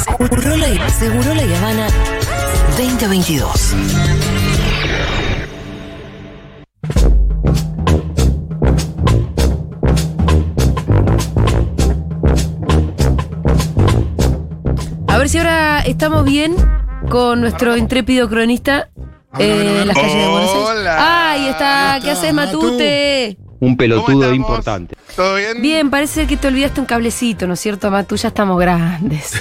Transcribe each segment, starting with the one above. Seguro la, seguro la Habana 2022. A ver si ahora estamos bien con nuestro intrépido cronista Habla, eh, habla, de habla. las calles de Buenos Aires. Hola. Ahí está, Ahí ¿qué está, haces, Matute? Mm. Un ¿Cómo pelotudo estamos? importante. ¿Todo bien? Bien, parece que te olvidaste un cablecito, ¿no es cierto, Matu? Ya estamos grandes.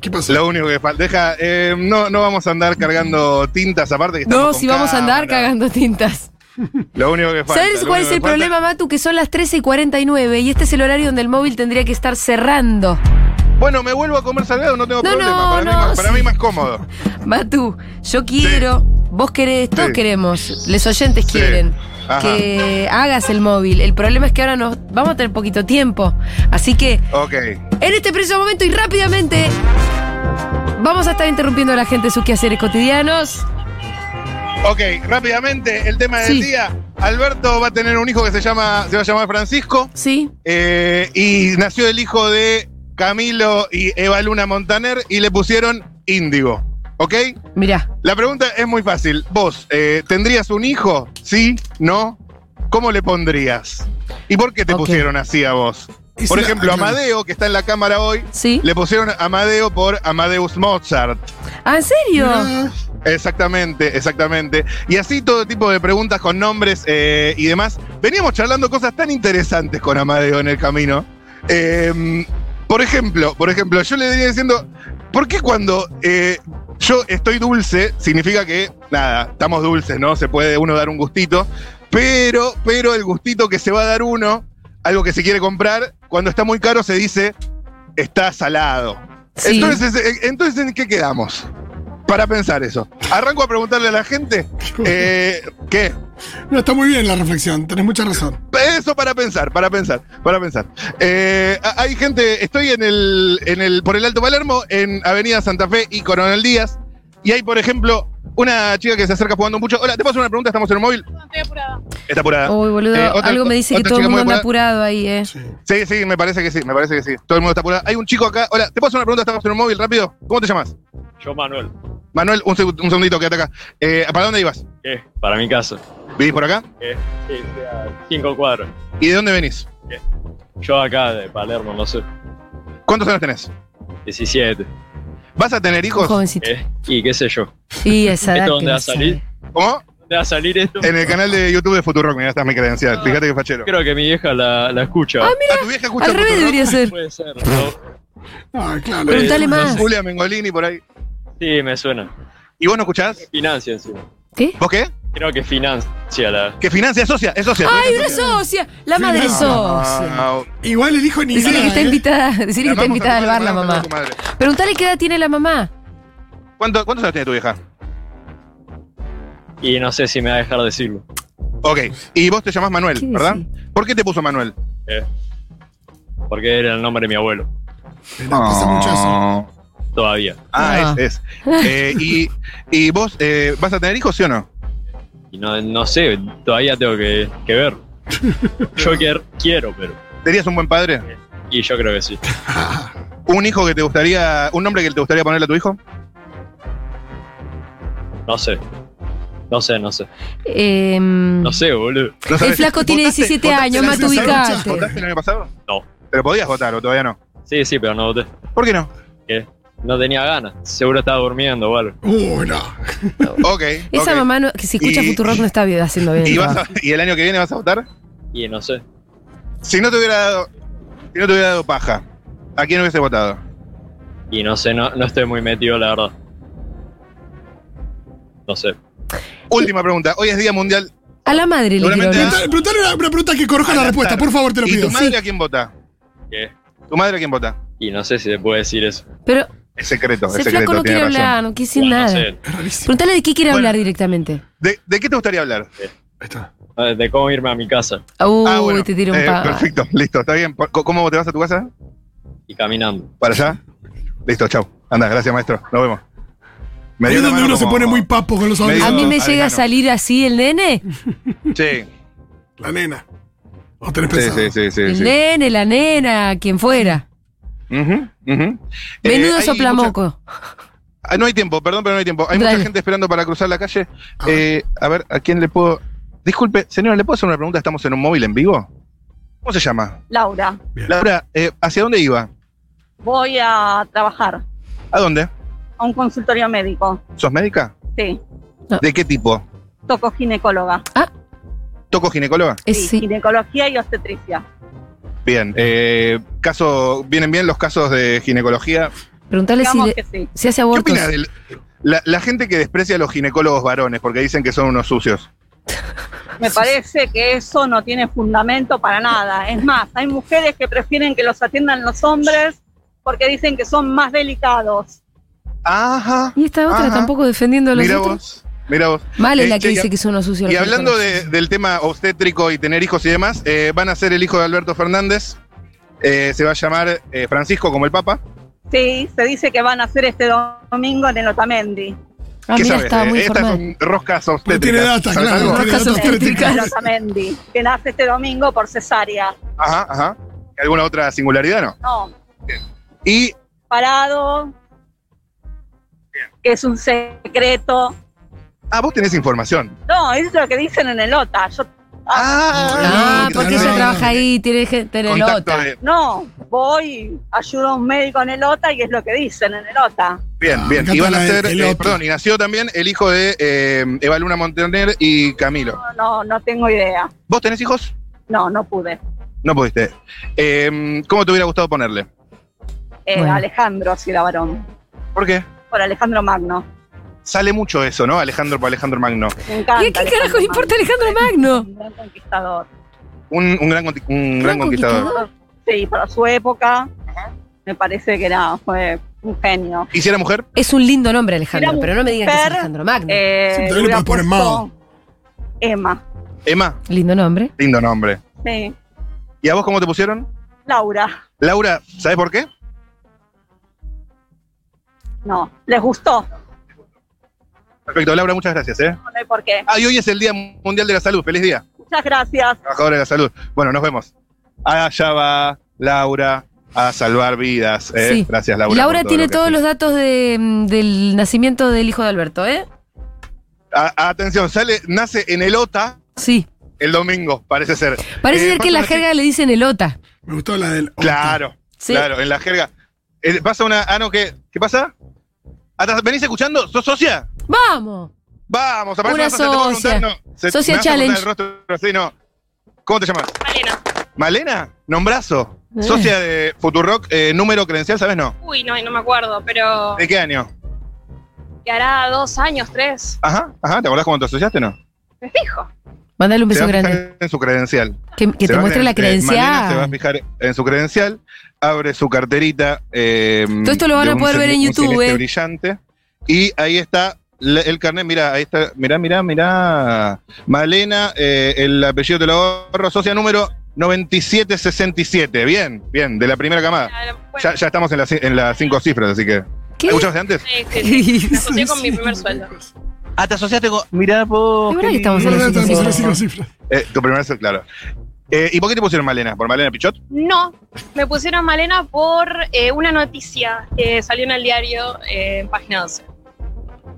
¿Qué pasó? Pues, Lo único que falta. Deja, eh, no, no vamos a andar cargando tintas, aparte que estamos No, con si vamos a andar cámara. cagando tintas. Lo único que falta. ¿Sabes lo cuál único es que el falta- problema, Matu? Que son las 13 y 49 y este es el horario donde el móvil tendría que estar cerrando. Bueno, me vuelvo a comer salgado, no tengo No, problema. no, para mí, no, más- para sí. mí más cómodo. Matu, yo quiero, vos querés, todos Sí. queremos, los oyentes Sí. quieren Ajá. que hagas el móvil. El problema es que ahora nos vamos a tener poquito tiempo. Así que Ok. en este preciso momento y rápidamente vamos a estar interrumpiendo a la gente sus quehaceres cotidianos. Ok, rápidamente, el tema Sí. del día. Alberto va a tener un hijo que se llama, se va a llamar Francisco. ¿Sí? eh, y nació el hijo de Camilo y Eva Luna Montaner y le pusieron Índigo. ¿Ok? Mirá, La pregunta es muy fácil. ¿Vos eh, tendrías un hijo? ¿Sí? ¿No? ¿Cómo le pondrías? ¿Y por qué te Ok. pusieron así a vos? Es Por la- ejemplo, claro. Amadeo, que está en la cámara hoy, ¿sí? le pusieron Amadeo por Amadeus Mozart. ¿Ah, en serio? Mirá. Mm, Exactamente, exactamente. Y así todo tipo de preguntas con nombres eh, y demás. Veníamos charlando cosas tan interesantes con Amadeo en el camino. Eh, por ejemplo, por ejemplo, yo le venía diciendo, ¿por qué cuando eh, yo estoy dulce significa que nada, estamos dulces, ¿no? Se puede uno dar un gustito, pero, pero el gustito que se va a dar uno, algo que se quiere comprar, cuando está muy caro se dice está salado. Sí. Entonces, eh, entonces, ¿en qué quedamos? Para pensar eso. Arranco a preguntarle a la gente eh, qué. No, está muy bien la reflexión, tenés mucha razón. Eso para pensar, para pensar, para pensar. Eh, a- hay gente, estoy en el, en el, por el Alto Palermo, en Avenida Santa Fe y Coronel Díaz, y hay, por ejemplo, una chica que se acerca jugando mucho. Hola, te paso una pregunta, estamos en el móvil. Estoy apurada. Está apurada. Uy, boludo, Eh, otra- algo me dice que otra todo el chica mundo muy anda apurada. apurado ahí, ¿eh? Sí. Sí, sí, me parece que sí, me parece que sí. Todo el mundo está apurado. Hay un chico acá. Hola, te paso una pregunta, estamos en el móvil, rápido. ¿Cómo te llamas? Yo, Manuel, Manuel, un, segu- un segundito, quédate acá. Eh, ¿Para dónde ibas? ¿qué? Para mi casa. ¿Vivís por acá? ¿Qué? Sí, estoy a cinco cuadros. ¿Y de dónde venís? Yo acá de Palermo, no sé. ¿Cuántos años tenés? 17. ¿Vas a tener Un hijos? jovencito. ¿eh? Y qué sé yo. Y esa edad ¿Esto que dónde no va a sabe. salir? ¿Cómo? ¿Dónde va a salir esto? En el canal de YouTube de Futurock, mirá, esta es mi credencial. Ah. Fíjate que fachero. Creo que mi vieja la, la escucha. Ah, A tu vieja escucha Al revés Futurock? debería ser. Puede ser. ¿no? Ah, claro. Preguntale más. Julia Mengolini por ahí. Sí, me suena. ¿Y vos no escuchás? Financia encima. ¿Vos qué? Creo que financia la. Que financia, es socia, es socia. ¡Ay, una socia! La Sí, madre no, socia. Ah, Igual el hijo ni Decirle que nada, está ¿eh? invitada, decirle que está llamamos invitada a al tu bar la madre, llamamos mamá. a tu madre. Preguntale qué edad tiene la mamá. ¿Cuánto- ¿Cuántos años tiene tu vieja? Y no sé si me va a dejar decirlo. Ok, y vos te llamás Manuel, ¿Qué ¿verdad? decís? ¿Por qué te puso Manuel? Porque era el nombre de mi abuelo. Mirá, Eh, Pasa mucho eso. Todavía. Ah. Ah, es, es. Eh, y, y vos eh, vas a tener hijos, ¿sí o no? Y no, no sé, todavía tengo que, que ver. Yo que- quiero, pero. ¿Serías un buen padre? Y yo creo que sí. ¿Un hijo que te gustaría, un nombre que te gustaría ponerle a tu hijo? No sé. No sé, no sé. Eh, No sé, boludo. ¿No el sabés? flaco tiene ¿Votaste- 17 votaste años, el Matu, Matu, año pasado? ubicate. ubicate. ¿Votaste el año pasado? No. ¿Pero podías votar o todavía no? Sí, sí, pero no voté. ¿Por qué no? No tenía ganas. Seguro estaba durmiendo o algo. Uh, no. Ok. Esa ok. mamá no- que si escucha Y- Futurock no está bien- haciendo bien. el ¿Y, vas trabajo. a- ¿Y el año que viene vas a votar? Y no sé. Si no te hubiera dado, si no te hubiera dado paja, ¿a quién hubiese votado? Y no sé, no, no estoy muy metido, la verdad. No sé. Última pregunta. Hoy es Día Mundial. A la madre le tiró. Seguramente ¿no? va- Preguntale, preguntale una, una pregunta que corroja al la azar. respuesta, por favor, te lo ¿Y pido. tu madre a quién vota? ¿Qué? ¿Tu madre a quién vota? Y no sé si se puede decir eso. Pero Es secreto, es ese secreto, flaco no tiene quiere razón. hablar, no quiere decir Bueno, no nada. sé. Es rarísimo. Preguntale de qué quiere Bueno. hablar directamente. ¿De, de qué te gustaría hablar? Ahí está. Eh, De cómo irme a mi casa Uy, Ah, bueno. te tiro Eh, un pavo. perfecto, listo, está bien. ¿Por- ¿Cómo te vas a tu casa? y caminando. ¿Para allá? Listo, chau. Anda, gracias, maestro. Nos vemos. Me Ahí es dio una donde mano uno se como- pone muy papo con los Me audios. dio- A mí me Adivano. llega a salir así el nene, Sí, La nena. O tenés sí, pensado. sí, sí. sí, el sí. nene, la nena, quien fuera. Ujú, ujú. Eh, Menudo hay soplamoco. mucha- ah, no hay tiempo, perdón, pero no hay tiempo. Hay Dale. Ah. mucha gente esperando para cruzar la calle. A ver. Eh, a ver, ¿a quién le puedo...? Disculpe, señora, ¿le puedo hacer una pregunta? ¿Estamos en un móvil en vivo? ¿Cómo se llama? Laura, Laura, eh, ¿hacia dónde iba? voy a trabajar ¿A dónde? a un consultorio médico. ¿Sos médica? Sí, ¿De qué tipo? toco ginecóloga. ¿Toco ginecóloga? Es- Eh, Sí, sí. Ginecología y obstetricia. Bien. eh, caso, ¿Vienen bien los casos de ginecología? Preguntale si, Digamos le- que sí. si hace ¿Qué abortos. opinas de la, la gente que desprecia a los ginecólogos varones porque dicen que son unos sucios? Me parece que eso no tiene fundamento para nada. Es más, hay mujeres que prefieren que los atiendan los hombres porque dicen que son más delicados. Ajá. Y esta otra Ajá. tampoco defendiendo a los Mira otros. vos. Mira vos. Mal es Eh, la que che, y- dice que son unos sucios. Y los hablando de- otros. del tema obstétrico y tener hijos y demás, eh, van a ser el hijo de Alberto Fernández. Eh, se va a llamar eh, Francisco como el Papa. Sí, se dice que van a hacer este domingo en el Otamendi. Ah, ¿Qué mira, sabes? estaba Eh, muy estas formal. son roscas Porque obstétricas. tiene data, ¿Sabes claro. algo? tiene Roscas data obstétrica. obstétricas. El Otamendi, que nace este domingo por cesárea. Ajá, ajá. ¿Alguna otra singularidad? No. No, Y parado. Que es un secreto. Ah, vos tenés información. No, es lo que dicen en el OTA. Yo, Ah, No, porque no, ella no, trabaja no. ahí, tiene gente en el Contacto OTA. de- no, voy, ayudo a un médico en el OTA y es lo que dicen en el OTA. Bien, Ah, me bien. encanta Y van a la del ser, eh, elote. perdón, y nació también el hijo de eh, Eva Luna Montaner y Camilo. No, no, no tengo idea. ¿Vos tenés hijos? No, no pude. No pudiste. Eh, ¿Cómo te hubiera gustado ponerle? Eh, Bueno. Alejandro, si era varón. ¿Por qué? Por Alejandro Magno. Sale mucho eso, ¿no? Alejandro por Alejandro Magno. Me encanta. ¿Y a qué Alejandro carajo le importa Alejandro Magno? Un gran conquistador. Un, un gran, conti- un gran conquistador. Sí, para su época, me parece que era, fue un genio. ¿Y si era mujer? Es un lindo nombre, Alejandro, Era pero no me digan que es mujer, Alejandro Magno. Eh, Sí, también le hubiera puedes poner puesto Emma, Emma, lindo nombre. lindo nombre. sí. ¿Y a vos cómo te pusieron? Laura, Laura, ¿sabes por qué? no. ¿Les gustó? Perfecto, Laura, muchas gracias, ¿eh? No hay por qué. Ah, y hoy es el Día Mundial de la Salud. Feliz día. Muchas gracias. trabajadores de la salud. Bueno, nos vemos. Allá va Laura a salvar vidas. ¿eh? Sí. Gracias, Laura. Laura por todo tiene lo que todos haces. los datos de, mm, del nacimiento del hijo de Alberto, ¿eh? A- atención, sale, nace en el OTA Sí. el domingo, parece ser. Parece Eh, ser que en la pasa una jerga le dicen el OTA. Me gustó la del. chi- Claro, Sí. claro, en la jerga. Eh, pasa una. Ah, no, ¿qué, qué pasa? Atrás, ¿Venís escuchando? ¿Sos socia? ¡Vamos! Vamos, aparte Una me vas a hacer- te puedo socia. preguntar, no, se- Socia me vas a challenge. preguntar el rostro, así, no. ¿Cómo te llamas? Malena. ¿Malena? ¿Nombrazo? Eh. Socia de Futurock, eh, número credencial, ¿sabes no? Uy, no, no me acuerdo, pero ¿De qué año? que hará dos años, tres. Ajá, ajá, ¿te acordás cuando te asociaste no? Me fijo. Mandale un Se beso va a grande. fijar en su credencial. Que, que Se te va a muestre fijar- la eh, Malena se va a credencial. fijar en su credencial, abre su carterita. eh, Todo esto lo van de a un poder ver cel- en un YouTube, celeste eh. brillante. Y ahí está la- el carnet, mirá, ahí está, mirá, mirá, mirá. Malena, eh, el apellido te lo ahorro, socia número 9767. Bien, bien, de la primera camada. Ah, bueno, Ya, ya estamos en, las ci- en las cinco cifras, así que. ¿Qué? ¿Escuchaste antes? sí, sí, sí. Me asocié con mi primer sueldo. Ah, te asociaste con. Mirá vos. Es verdad que estamos en No, las no, no, cinco no, no, cifras. cinco cifras. Eh, tu primer sueldo, claro. Eh, ¿Y por qué te pusieron Malena? ¿Por Malena Pichot? No, me pusieron Malena por eh, una noticia que salió en el diario eh, en página 12.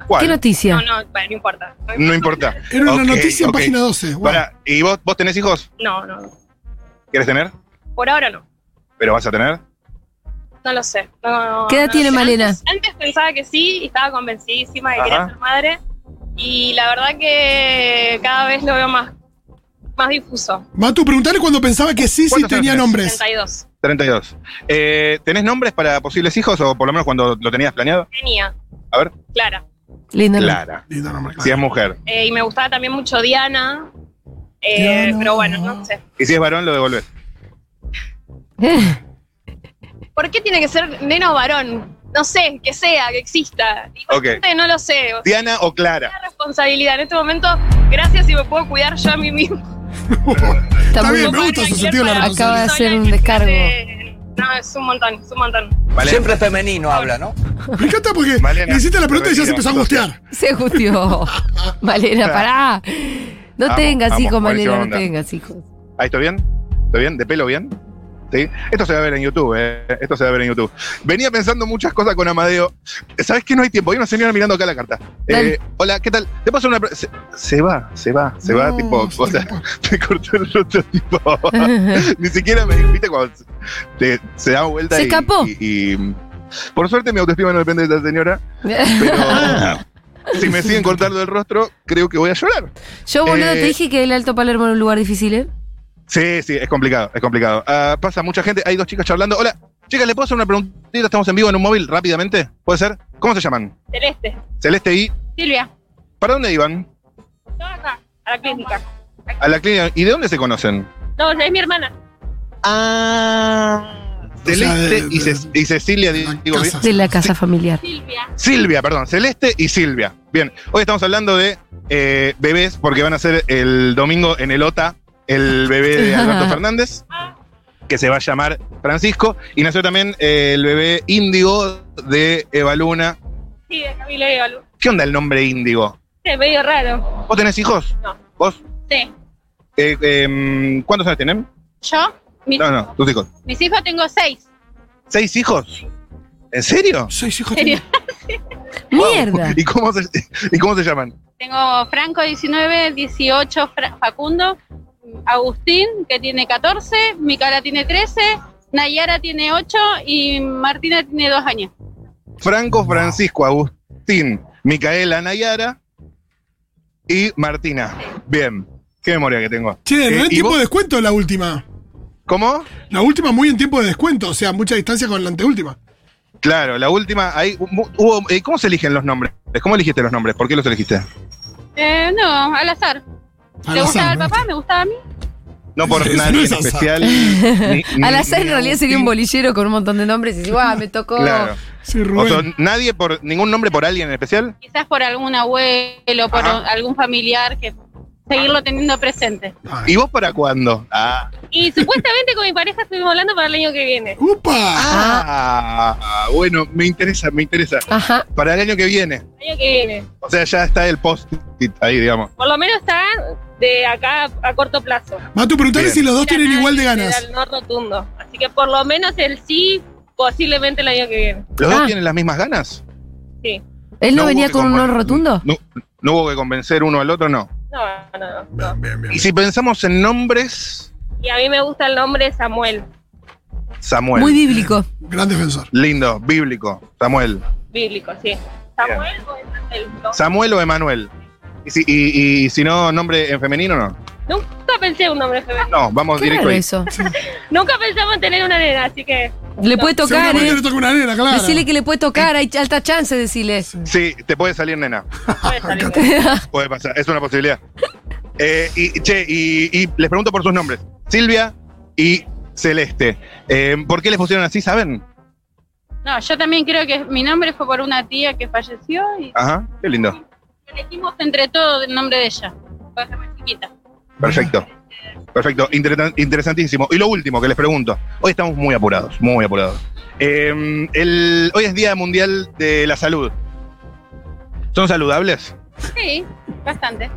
¿Cuál? ¿Qué No, noticia? no, bueno, no importa. No importa. Era una Ok, noticia ok. en página 12. Wow. Pará, ¿y vos, vos tenés hijos? No, no, no. ¿Querés tener? Por ahora no. ¿Pero vas a tener? No lo sé. No, ¿Qué edad no lo tiene sé. Malena? Antes, antes pensaba que sí y estaba convencidísima de que Ajá. quería ser madre. Y la verdad que cada vez lo veo más, más difuso. Matu, preguntale cuando pensaba que sí, sí ¿Cuántos tenía años? nombres. 32. 32. Eh, ¿Tenés nombres para posibles hijos o por lo menos cuando lo tenías planeado? Tenía. A ver. Clara. Lindo nombre. Clara. Lindo nombre, claro. Si es mujer. Eh, y me gustaba también mucho Diana. Eh, Diana. Pero bueno, no sé. Y si es varón, lo devolvés. Eh, ¿Por qué tiene que ser nena o varón? No sé, que sea, que exista. Igualmente no lo sé. O sea, ¿Diana o Clara? una responsabilidad. En este momento, gracias si me puedo cuidar yo a mí mismo. Está bien, muy- me gusta su sentido de la Acaba de hacer un No, es un montón, es un montón. Malena. Siempre femenino habla, ¿no? Me encanta porque Malena, hiciste la pregunta y ya se retiro. empezó a angustiar. Se justió. Malena, pará. No Vamos, tengas vamos, hijos, buenísima Malena, no onda. tengas hijos. Ahí, ¿estoy bien? ¿Estoy bien? ¿De pelo bien? ¿sí? Esto se va a ver en YouTube, ¿eh? Esto se va a ver en YouTube. Venía pensando muchas cosas con Amadeo. ¿Sabes qué? No hay tiempo. Hay una señora mirando acá la carta. Dale. Eh, hola, ¿qué tal? Te paso una. pre- Se, se va, se va, se va, No, tipo. se O sea, te cortó el otro tipo. Ni siquiera me viste cuando se- te- se da vuelta. Se y- escapó. Y, y- por suerte mi autoestima no depende de esta señora, pero Ah. si me siguen cortando el rostro, creo que voy a llorar. Yo, boludo, Eh, te dije que el Alto Palermo era un lugar difícil, ¿eh? Sí, sí, es complicado, es complicado. Ah, pasa mucha gente, hay dos chicas charlando. Hola, chicas, ¿le puedo hacer una preguntita? Estamos en vivo en un móvil rápidamente. ¿Puede ser? ¿Cómo se llaman? Celeste, Celeste y. Silvia, ¿Para dónde iban? yo acá, a la clínica. A la clínica. ¿Y de dónde se conocen? no, es mi hermana. Ah. Celeste O sea, de- y, Ce- y Cecilia, de la digo, casa. De la casa familiar. Silvia. Silvia, perdón, Celeste y Silvia. Bien, hoy estamos hablando de eh, bebés porque van a ser el domingo en el OTA el bebé de Alberto Fernández, que se va a llamar Francisco, y nació también eh, el bebé Índigo de Eva Luna. Sí, de Camilo Evalo. ¿Qué onda el nombre Índigo? Es medio raro. ¿Vos tenés hijos? No. ¿Vos? Sí. Eh, em, ¿Cuántos años tienen? Yo, mis, No, no, tus hijos. mis hijos tengo seis. ¿Seis hijos? ¿En serio? Seis hijos. ¿En serio? tiene. ¡Mierda! ¿Y cómo se, y cómo se llaman? Tengo Franco 19, 18 Fra- Facundo, Agustín que tiene 14, Micaela tiene 13, Nayara tiene 8 y Martina tiene 2 años. Franco, Francisco, Agustín, Micaela, Nayara y Martina. Bien, qué memoria que tengo. Che, Eh, no ¿y en tiempo vos? de descuento la última. ¿Cómo? La última muy en tiempo de descuento, o sea, mucha distancia con la anteúltima. Claro, la última, ahí mu- hubo- eh, ¿cómo se eligen los nombres? ¿Cómo eligiste los nombres? ¿Por qué los elegiste? Eh, no, al azar. Al ¿Te azar, gustaba el ¿no? papá? ¿Me gustaba a mí? No por Eso nadie no es en azar. especial. ni- ni- A las seis en ni realidad sería un Agustín. bolillero con un montón de nombres y dice, guau, me tocó. Claro. Sí, O sea, Rubén. nadie por, ningún nombre por alguien en especial. Quizás por algún abuelo, por Ajá. algún familiar que seguirlo teniendo presente. Ah. ¿Y vos para cuándo? Ah, Y supuestamente con mi pareja estuvimos hablando para el año que viene. ¡Upa! Ah, bueno, me interesa, me interesa. Ajá. Para el año que viene. El año que viene. O sea, ya está el post-it ahí, digamos. Por lo menos está de acá a corto plazo. Matu, preguntale Bien. si los dos tienen Nadie igual de se da ganas. el no rotundo. Así que por lo menos el sí, posiblemente el año que viene. ¿Los Ah. dos tienen las mismas ganas? ¿Él no, hubo venía que con un compar- no rotundo? No, no hubo que convencer uno al otro, no. No, no, no. Bien, bien, Y bien. si pensamos en nombres, Y a mí me gusta el nombre Samuel, Samuel. Muy bíblico. Gran defensor. Lindo, bíblico, Samuel. bíblico, sí. Samuel o Emanuel. No. Samuel o Emanuel. Y si, y- y si no, nombre en femenino, no. Nunca pensé un nombre femenino. No, vamos Qué directo raro ahí. eso. Nunca pensamos en tener una nena, así que Le puede tocar, Seguramente ¿eh? le toca una nena, claro. Decirle que le puede tocar, hay alta chance de decirle. Eh, Sí, te puede salir, nena. puede salir. Puede pasar, es una posibilidad. Eh, y, che, y, y les pregunto por sus nombres. Silvia y Celeste. Eh, ¿Por qué les pusieron así, saben? No, yo también creo que mi nombre fue por una tía que falleció y Ajá, qué lindo. elegimos entre todos el nombre de ella. Fue desde muy chiquita. Perfecto. Perfecto, Interes- interesantísimo. Y lo último que les pregunto, hoy estamos muy apurados, muy apurados. Eh, el- hoy es Día Mundial de la Salud. ¿Son saludables? Sí, bastante.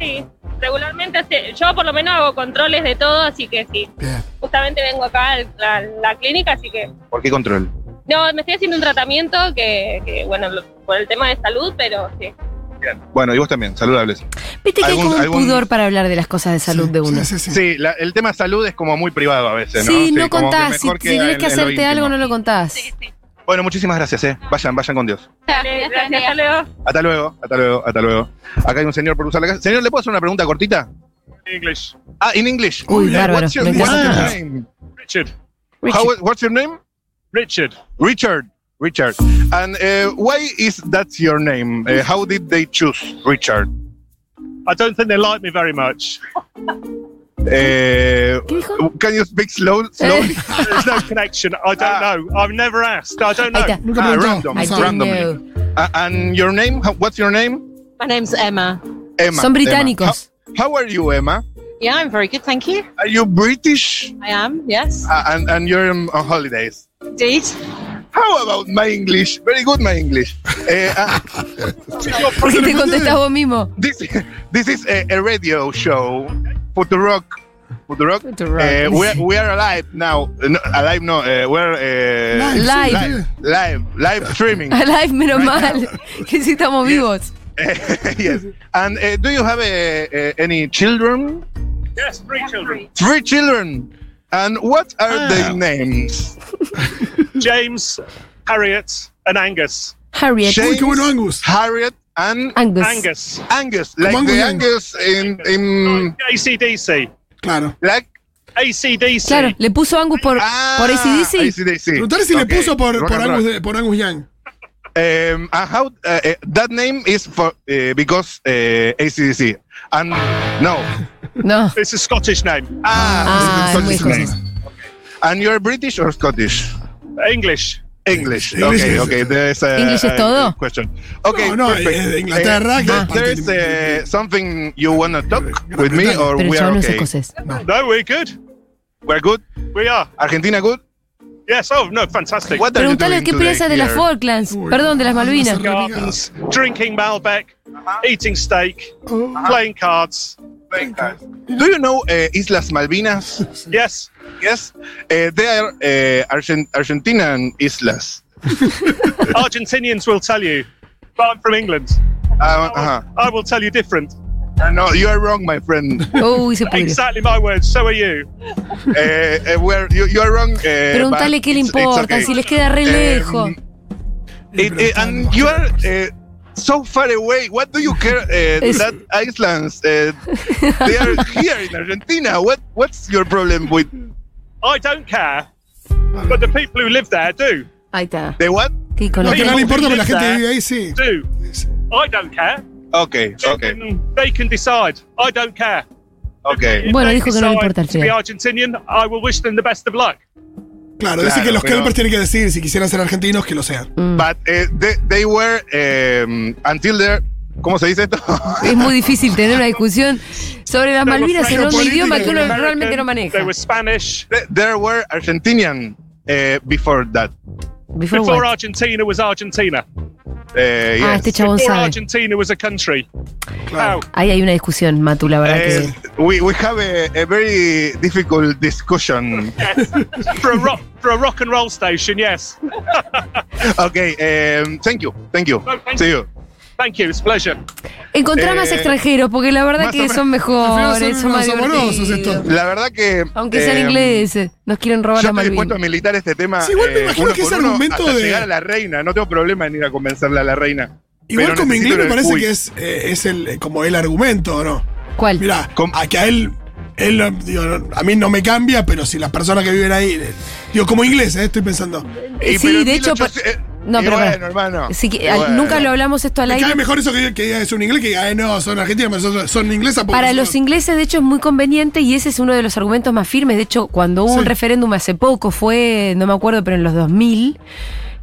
Sí, regularmente hace- yo por lo menos hago controles de todo, así que sí. Bien. Justamente vengo acá a la, la clínica, así que... ¿Por qué control? No, me estoy haciendo un tratamiento que, que, bueno, lo- por el tema de salud, pero sí. Bueno, y vos también, saludables. Viste que hay Algún- como un algún- pudor para hablar de las cosas de salud Sí, de uno. Sí, sí, sí. Sí, la- el tema salud es como muy privado a veces, ¿no? Sí, no como que contás. Si, mejor si queda tenés en- que en lo hacerte íntimo. algo, no lo contás. Sí, sí. Bueno, muchísimas gracias, ¿eh? Vayan, vayan con Dios. Gracias, Gracias, hasta Andrea. luego. Hasta luego, hasta luego, hasta luego. Acá hay un señor por usar la casa. Señor, ¿le puedo hacer una pregunta cortita? English. Ah, in English. Uy, bárbaro, What's your, me what's your encanta. name? Richard. How- what's your name? Richard. Richard. Richard. And uh, why is that your name? Uh, how did they choose Richard? I don't think they like me very much. Uh, ¿Qué dijo? can you speak slow, slowly? There's no connection. I don't know. I've never asked. I don't Ahí know. está. Nunca Ah, preguntó. random, I No don't sabe. randomly. know. Uh, and your name? How- What's your name? My name's Emma. Emma. Son Emma. británicos. How, how are you, Emma? Yeah, I'm very good, thank you. Are you British? I am, yes. Uh, and, and you're um, on holidays. Indeed. How about my English? Very good, my English. Uh, uh, ¿Por qué te contestás vos mismo? this this is a, a radio show, Futurock Futurock. Futurock. Eh, we're, we're alive now. Uh, No, alive no, eh, we're eh, Live. live, live, live streaming. Alive, menos mal. Que sí estamos vivos. yes. And eh, do you have eh, eh, any children? Yes, three children. Three children. And what are Ah. their names? James, Harriet, and Angus. Harriet. Shane. Uy, qué bueno Angus. Harriet and Angus. Angus. Angus, like Angus the Young. Angus in, in ACDC. Claro. like ACDC. Claro, le puso Angus por, ah, por ACDC. AC/DC. Preguntar si le Okay, puso por, rock por, and Angus, roll. de- por Angus Young. Um, and how uh, uh, that name is for uh, because uh, ACDC and no No. It's a Scottish name. Ah, ah, es muy Scottish name. escocés. And you're British or Scottish? English. English. English Okay, is- okay. There's a, English is a todo? question. Okay, No, no, perfect. eh, de Inglaterra, que there- es parte there's de- uh, something you wanna talk with me or Pero we el are chabón no es okay. escocés. No, we're good. We're good. We are. Argentina good. Yes. Oh, no, fantastic. What are you Preguntale doing qué today piensa de las here? Falklands. Uy, Perdón, de las Malvinas. Angus Gardens, drinking Malbec, eating steak, Oh. playing cards. Do you know uh, Islas Malvinas? Yes. yes, uh, they are uh, Argent- Argentinian islas. Argentinians will tell you, but I'm from England. Uh, Oh. I will, uh-huh. I will tell you different. Uh, No, you are wrong, my friend. Uy, se pudre. Exactly my words. So are you. uh, uh, we're- you, you are wrong. eh, Preguntale but qué le it's- it's importa, okay. si les queda re Um, lejos. it- it- and you are uh, so far away. What do you care? Uh, Es- that Iceland's uh, they are here in Argentina. What what's your problem with I don't care, but the people who live there do. Ahí está. the what? Qué No, que no icono. le importa, pero la gente que vive ahí sí. Do. I don't care. Okay, They, okay, can, they can decide. I don't care. okay. If Bueno, they dijo que no le decide importa al To be Argentinian, I will wish them the best of luck. Claro, dice Claro, que los pero- Kelpers tienen que decir si quisieran ser argentinos que lo sean. Mm. But uh, they, they were um, until there. ¿Cómo se dice esto? Es muy difícil tener una discusión sobre las They were Malvinas en French, otro Geopolítica idioma que uno American, realmente no maneja. They were Spanish. Th- there were Argentinian uh, before that. Before Before what? Argentina was Argentina. Uh, Ah, yes. este chabón Before sabe. Argentina was a country. How? Ahí hay una discusión, Matu, la verdad Uh, que. we, we have a, a very difficult discussion. For a rock, for a rock and roll station, yes. okay, um, thank you, thank you. No, thank See you. Thank you. It's a pleasure. Encontrá eh, más extranjeros, porque la verdad más o que menos- son mejores, prefiero ser son más unos amorosos divertidos. estos. La verdad que. Aunque sean em, ingleses, nos quieren robar Yo las estoy dispuesto a Malvinas. militar este tema. Sí, igual me imagino uno que por ese uno argumento hasta de- llegar a la reina, no tengo problema en ir a convencerla a la reina. Igual Pero como necesito inglés me el parece cuy. que es, eh, es el, eh, como el argumento, ¿o no? ¿Cuál? Mirá, Com- a que a él, él eh, digo, a mí no me cambia, pero si las personas que viven ahí, eh, digo, como inglés, eh, estoy pensando. Y sí, pero en de hecho. 1800 pa- eh, No, y pero bueno, pará. hermano. Sí que- y al- bueno. Nunca lo hablamos esto al Me aire. cae mejor eso que, que diga que es un inglés que diga, "Eh, no, son argentinos, pero son, son inglesas. porque Para son- los ingleses, de hecho, es muy conveniente y ese es uno de los argumentos más firmes. De hecho, cuando hubo Sí. un referéndum hace poco, fue, no me acuerdo, pero en los 2000,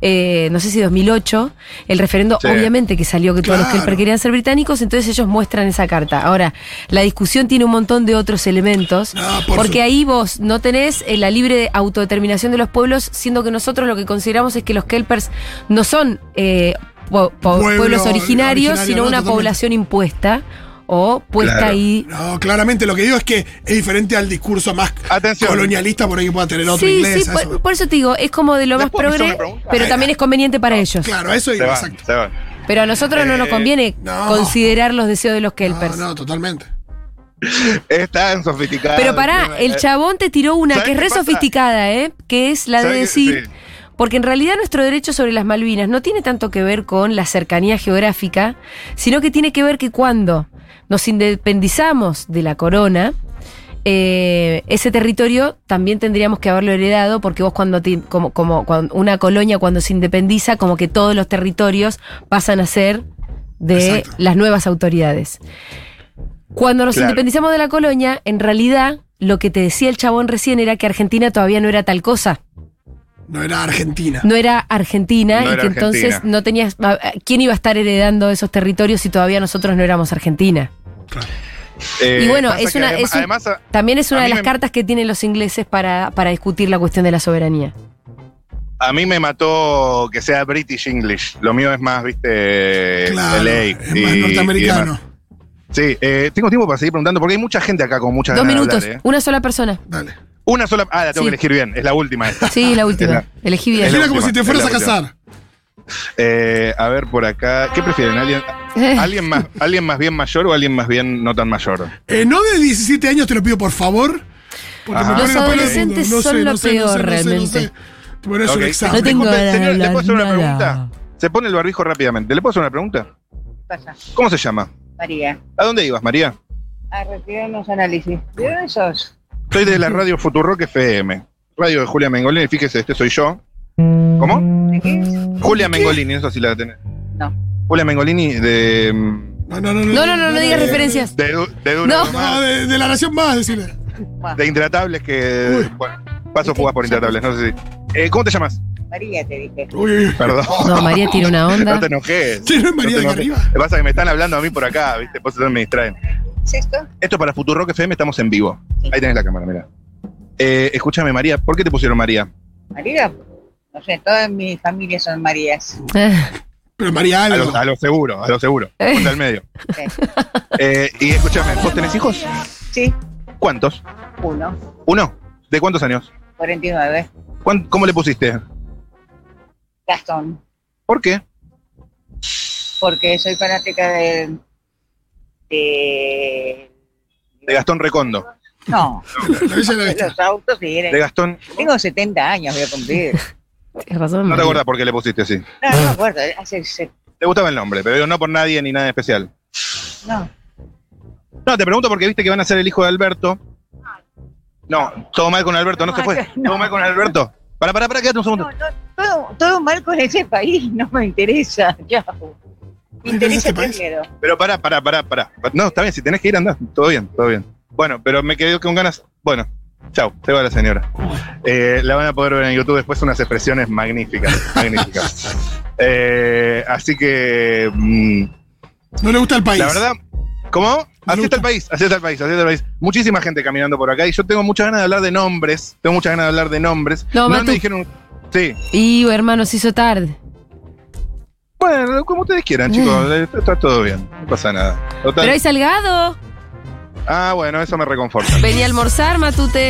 eh, no sé si 2008, el referendo Sí. obviamente que salió que todos los Claro. Kelper querían ser británicos, entonces ellos muestran esa carta. Ahora, la discusión tiene un montón de otros elementos, Ah, por porque su- ahí vos no tenés eh, la libre autodeterminación de los pueblos, siendo que nosotros lo que consideramos es que los Kelpers no son... eh, po- po- Pueblo pueblos originarios, originario, sino ¿no? una Totalmente. población impuesta o puesta Claro. ahí No, claramente lo que digo es que es diferente al discurso más Atención. colonialista por ahí que pueda tener otro sí, pues, inglés. sí, a por, eso. por eso te digo, es como de lo ¿Les más puedo hacer progre, una pregunta? pero Ah, también es conveniente para ellos. Claro, a eso Se digo, va, exacto. se va. Pero a nosotros no nos Eh, conviene no. considerar los deseos de los No, Kelpers. no, totalmente. Es tan sofisticado. eh, Pero pará, eh, el chabón chabón te tiró una ¿sabes que es qué re pasa? sofisticada, ¿eh? Que es la de ¿Sabes qué? decir. Sí. Porque en realidad nuestro derecho sobre las Malvinas no tiene tanto que ver con la cercanía geográfica, sino que tiene que ver que cuando nos independizamos de la corona, eh, ese territorio también tendríamos que haberlo heredado, porque vos cuando te- como, como cuando una colonia cuando se independiza, como que todos los territorios pasan a ser de Exacto. las nuevas autoridades. Cuando nos Claro. independizamos de la colonia, en realidad lo que te decía el chabón recién era que Argentina todavía no era tal cosa No era Argentina. no era Argentina No y era que Argentina. entonces no tenías. ah, ¿Quién iba a estar heredando esos territorios si todavía nosotros no éramos Argentina? Eh, Y bueno, pasa es que una- adem- es un- además, a- También es una A de mí las me- em- cartas que tienen los ingleses para, para discutir la cuestión de la soberanía. A mí me mató que sea British English. Lo mío es más, viste, claro, LA. es más norteamericano. Sí, eh, tengo tiempo para seguir preguntando porque hay mucha gente acá con muchas Dos ganas de minutos, hablar, ¿eh? una sola persona. Dale. Una sola. Ah, la tengo Sí. que elegir bien. Es la última esta. Sí, la última. la- Elegí bien. es la Imagina como última, si te es fueras la a última. casar. Eh, a ver, por acá. ¿Qué prefieren? ¿Alguien, alguien, más, ¿Alguien más bien mayor o alguien más bien no tan mayor? Eh, no de 17 años, te lo pido por favor. Porque Ajá. me pone Los la pala de adolescentes mundo. son lo peor, No realmente. sé. Te pones Ok. un No examen. tengo Disculpe, ganas de señor, ¿le puedo hacer una hablar pregunta? nada. Se pone el barbijo rápidamente. ¿Le puedo hacer una pregunta? Pasa, ¿Cómo se llama? María, ¿A dónde ibas, María? a retirar unos análisis. ¿De dónde sos? Soy de la radio Futurock FM. Radio de Julia Mengolini, fíjese, este soy yo. ¿Cómo? ¿De qué? Julia Mengolini, eso sí la tenés. No. Julia Mengolini de. mm, No, no, no. No, no, no, no digas de- Eh, referencias. De, du- de duro. No. No, de, de la nación más, decirle. Buah, De intratables que. Uy. Bueno, paso fugas por intratables, no sé si. Eh, ¿Cómo te llamas? María te dije. Uy, uy, uy. Perdón. No, María tiene una No onda. te enojes. Sí, no es María No te de acá arriba. enojes. Lo que pasa es que me están hablando a mí por acá, ¿viste? Por eso me distraen. ¿Es esto? Esto para Futurock FM estamos en vivo. Sí. Ahí tenés la cámara, mira. Eh, escúchame, María, ¿por qué te pusieron María? María, no sé, toda mi familia son Marías. Pero María A algo. lo, a lo seguro, a lo seguro. Eh. Ponte al medio. Sí. Eh, y escúchame, ¿vos tenés hijos? Sí, ¿Cuántos? uno, ¿Uno? ¿De cuántos años? 49, ¿Cuán- ¿Cómo le pusiste? Gastón, ¿Por qué? porque soy fanática de... de De Gastón Recondo. no, La Bella y la Bestia. los autos y De Gastón. Tengo 70 años, voy a cumplir. Tienes razón. No te María. acordás por qué le pusiste así. No, no me acuerdo, hace... se- Te gustaba el nombre, pero no por nadie ni nada especial. No, No, te pregunto porque viste que van a ser el hijo de Alberto. No, todo mal con Alberto, no se fue. Todo mal con Alberto. Para, para, para, quédate un segundo. no, no, todo, todo mal con ese país, no me interesa, ya. Me interesa interesa este país? primero. Pero pará, pará, pará, pará. No, está bien, si tenés que ir, andás. Todo bien, todo bien. Bueno, pero me quedé con ganas. Bueno, chau, se va la señora. Eh, la van a poder ver en YouTube después unas expresiones magníficas. magníficas. Eh, así que. mm, No le gusta el país. la verdad, ¿cómo? Así gusta. está el país, así está el país, así está el país. Muchísima gente caminando por acá y yo tengo muchas ganas de hablar de nombres. Tengo muchas ganas de hablar de nombres. No, no Matu. me dijeron. Sí. Y hermano, se hizo tarde. Bueno, como ustedes Mm. quieran, chicos. eh, Está, está todo bien. No pasa nada. Total- Pero hay salgado. Ah, bueno, eso me reconforta. Venía a almorzar, Matute.